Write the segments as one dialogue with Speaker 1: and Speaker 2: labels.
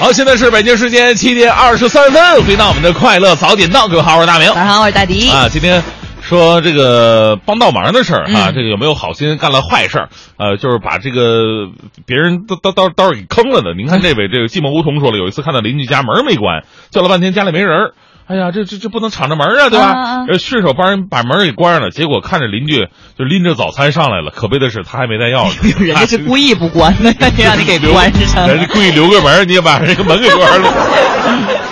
Speaker 1: 好，现在是北京时间七点二十三分，回到我们的快乐早点到，各位好，我是大明。
Speaker 2: 早上好，我是大迪。
Speaker 1: 啊，今天说这个帮倒忙的事儿啊，
Speaker 2: 嗯
Speaker 1: 这个有没有好心干了坏事儿？呃，就是把这个别人都都都都是给坑了的。您看这位这个寂寞梧桐说了，有一次看到邻居家门没关，叫了半天家里没人儿。哎呀，这这这不能敞着门啊，对吧？
Speaker 2: 啊啊啊
Speaker 1: 呃顺手帮人把门给关上了，结果看着邻居就拎着早餐上来了，可悲的是他还没带钥 匙，
Speaker 2: 人家是故意不关 的，人家 让你给关上
Speaker 1: 人
Speaker 2: 了
Speaker 1: 家。故意留个门儿，你也把这个门给关 了。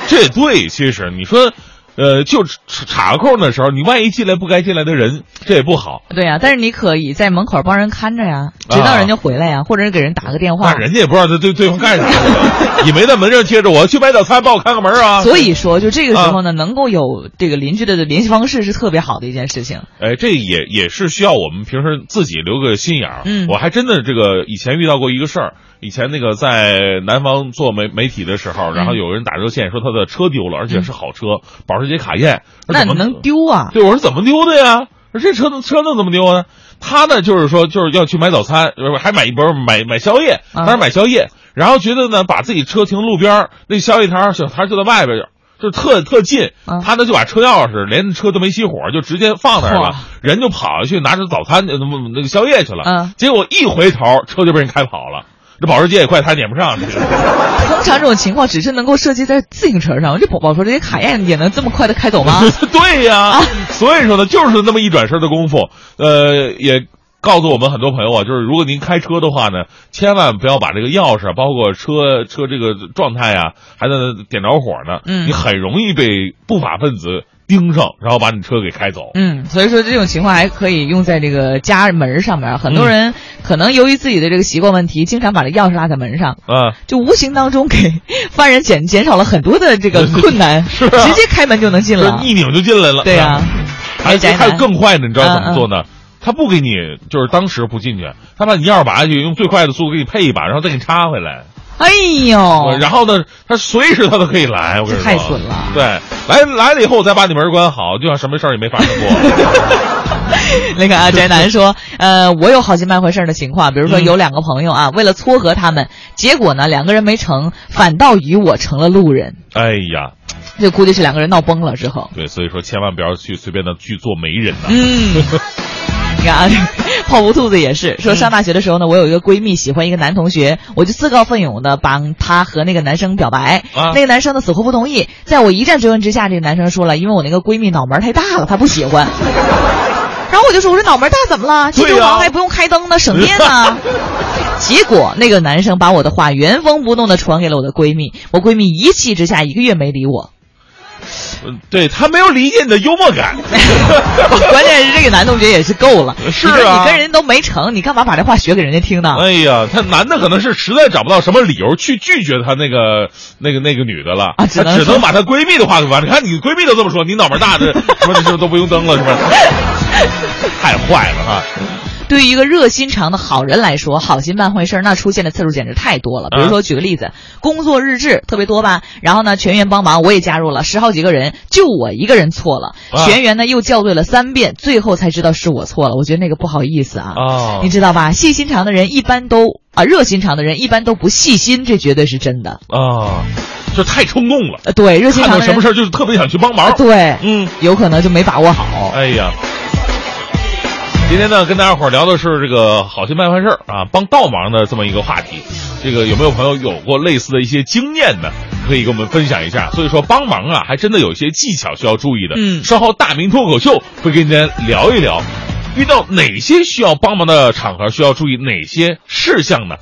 Speaker 1: 这也对，其实你说，呃，就查个空的时候，你万一进来不该进来的人，这也不好。
Speaker 2: 对呀、但是你可以在门口帮人看着呀，
Speaker 1: 啊
Speaker 2: 直到人家回来呀，或者是给人打个电话
Speaker 1: 那。人家也不知道他对对方干啥 的，你没在门上贴着我去买早餐，帮我看个门儿啊。
Speaker 2: 所以说，就这个时候呢，能够有这个邻居的联系方式是特别好的一件事情。
Speaker 1: 哎，这也也是需要我们平时自己留个心眼儿。
Speaker 2: 嗯
Speaker 1: 我还真的这个以前遇到过一个事儿，以前那个在南方做媒媒体的时候，然后
Speaker 2: 嗯
Speaker 1: 有人打热线说他的车丢了，而且是好车，保时捷卡宴。我说
Speaker 2: 那
Speaker 1: 怎
Speaker 2: 你
Speaker 1: 么
Speaker 2: 能丢 啊？
Speaker 1: 对，我说怎么丢的呀？我说这车能车能怎么丢呢？他呢就是说就是要去买早餐，呃不还买一波买买宵夜，
Speaker 2: 啊
Speaker 1: 当时买宵夜，然后觉得呢把自己车停路边儿那宵夜摊儿小摊儿就在外边儿。就特特近
Speaker 2: 啊，
Speaker 1: 他呢就把车钥匙连车都没熄火，就直接放那儿了
Speaker 2: 哇。
Speaker 1: 人就跑下去拿着早餐呃那个宵夜去了
Speaker 2: 啊。
Speaker 1: 结果一回头，车就被人开跑了。这保时捷也快，他也撵不上。这个
Speaker 2: 通常这种情况只是能够涉及在自行车上。这宝宝说，这些卡宴也能这么快的开走吗？
Speaker 1: 对呀、
Speaker 2: 啊
Speaker 1: 所以说呢，就是那么一转身的功夫，呃，也。告诉我们很多朋友啊，就是如果您开车的话呢，千万不要把这个钥匙啊，包括车车这个状态啊，还在那点着火呢，
Speaker 2: 嗯
Speaker 1: 你很容易被不法分子盯上，然后把你车给开走。
Speaker 2: 嗯，所以说这种情况还可以用在这个家门上面。
Speaker 1: 嗯
Speaker 2: 很多人可能由于自己的这个习惯问题，经常把这钥匙落在门上，
Speaker 1: 啊，
Speaker 2: 就无形当中给犯人减减少了很多的这个困 难，
Speaker 1: 是啊
Speaker 2: 直接开门就能进
Speaker 1: 就是
Speaker 2: 了。
Speaker 1: 一拧就进来了。啊
Speaker 2: 对啊 呀、
Speaker 1: 还
Speaker 2: 宅男
Speaker 1: 还有更坏的，你知道怎
Speaker 2: 嗯
Speaker 1: 么做呢？他不给你，就是当时不进去，他把你钥匙拔下去，用最快的速度给你配一把，然后再给你插回来。
Speaker 2: 哎 呦，
Speaker 1: 呃然后呢，他随时他都可以来，我跟你说，
Speaker 2: 太损了
Speaker 1: 对，来来了以后，我再把你门关好，就像什么事儿也没发生过。
Speaker 2: 那个啊，宅男说，呃，我有好心办坏事儿的情况，比如说
Speaker 1: 嗯
Speaker 2: 有两个朋友啊，为了撮合他们，结果呢两个人没成，反倒与我成了路人，
Speaker 1: 哎呀，
Speaker 2: 这估计是两个人闹崩了之后。
Speaker 1: 对，所以说千万不要去随便的去做媒人呐、
Speaker 2: 嗯， 你看啊， 泡芙兔子也是
Speaker 1: 嗯
Speaker 2: 说，上大学的时候呢，我有一个闺蜜喜欢一个男同学，我就自告奋勇的帮他和那个男生表白，
Speaker 1: 啊
Speaker 2: 那个男生呢死活不同意，在我一再追问之下，这个男生说了，因为我那个闺蜜脑门太大了，他不喜欢。然后我就说，我说脑门大怎么了？这
Speaker 1: 对啊
Speaker 2: 厨
Speaker 1: 呀
Speaker 2: 房还不用开灯呢，省电呢。结果那个男生把我的话原封不动的传给了我的闺蜜，我闺蜜一气之下一个月没理我。
Speaker 1: 嗯对他没有理解你的幽默感。
Speaker 2: 哦关键是这个男同学也是够了，
Speaker 1: 是
Speaker 2: 你跟
Speaker 1: 啊
Speaker 2: 你跟人都没成，你干嘛把这话学给人家听呢？
Speaker 1: 哎呀，他男的可能是实在找不到什么理由去拒绝他那个那个那个女的了，
Speaker 2: 啊只能
Speaker 1: 他只能
Speaker 2: 说
Speaker 1: 把他闺蜜的话给完。你看你闺蜜都这么说，你脑门大，这说你是不是都不用灯了，是 吧？太坏了哈！
Speaker 2: 对于一个热心肠的好人来说，好心办坏事儿那出现的次数简直太多了。比
Speaker 1: 嗯
Speaker 2: 如说，举个例子，工作日志特别多吧，然后呢，全员帮忙，我也加入了，十好几个人，就我一个人错了，
Speaker 1: 啊
Speaker 2: 全员呢又校对了三遍，最后才知道是我错了。我觉得那个不好意思啊，
Speaker 1: 哦
Speaker 2: 你知道吧？细心肠的人一般都啊，热心肠的人一般都不细心，这绝对是真的。
Speaker 1: 啊，就太冲动了，
Speaker 2: 呃，对，热心
Speaker 1: 看到
Speaker 2: 肠的人
Speaker 1: 什么事儿就是特别想去帮忙
Speaker 2: 啊，。对，
Speaker 1: 嗯，
Speaker 2: 有可能就没把握好。
Speaker 1: 哎呀，今天呢，跟大家伙儿聊的是这个好心办坏事儿啊，帮倒忙的这么一个话题。这个有没有朋友有过类似的一些经验呢？可以跟我们分享一下。所以说帮忙啊，还真的有一些技巧需要注意的。
Speaker 2: 嗯
Speaker 1: 稍后大明脱口秀会跟大家聊一聊，遇到哪些需要帮忙的场合需要注意哪些事项呢？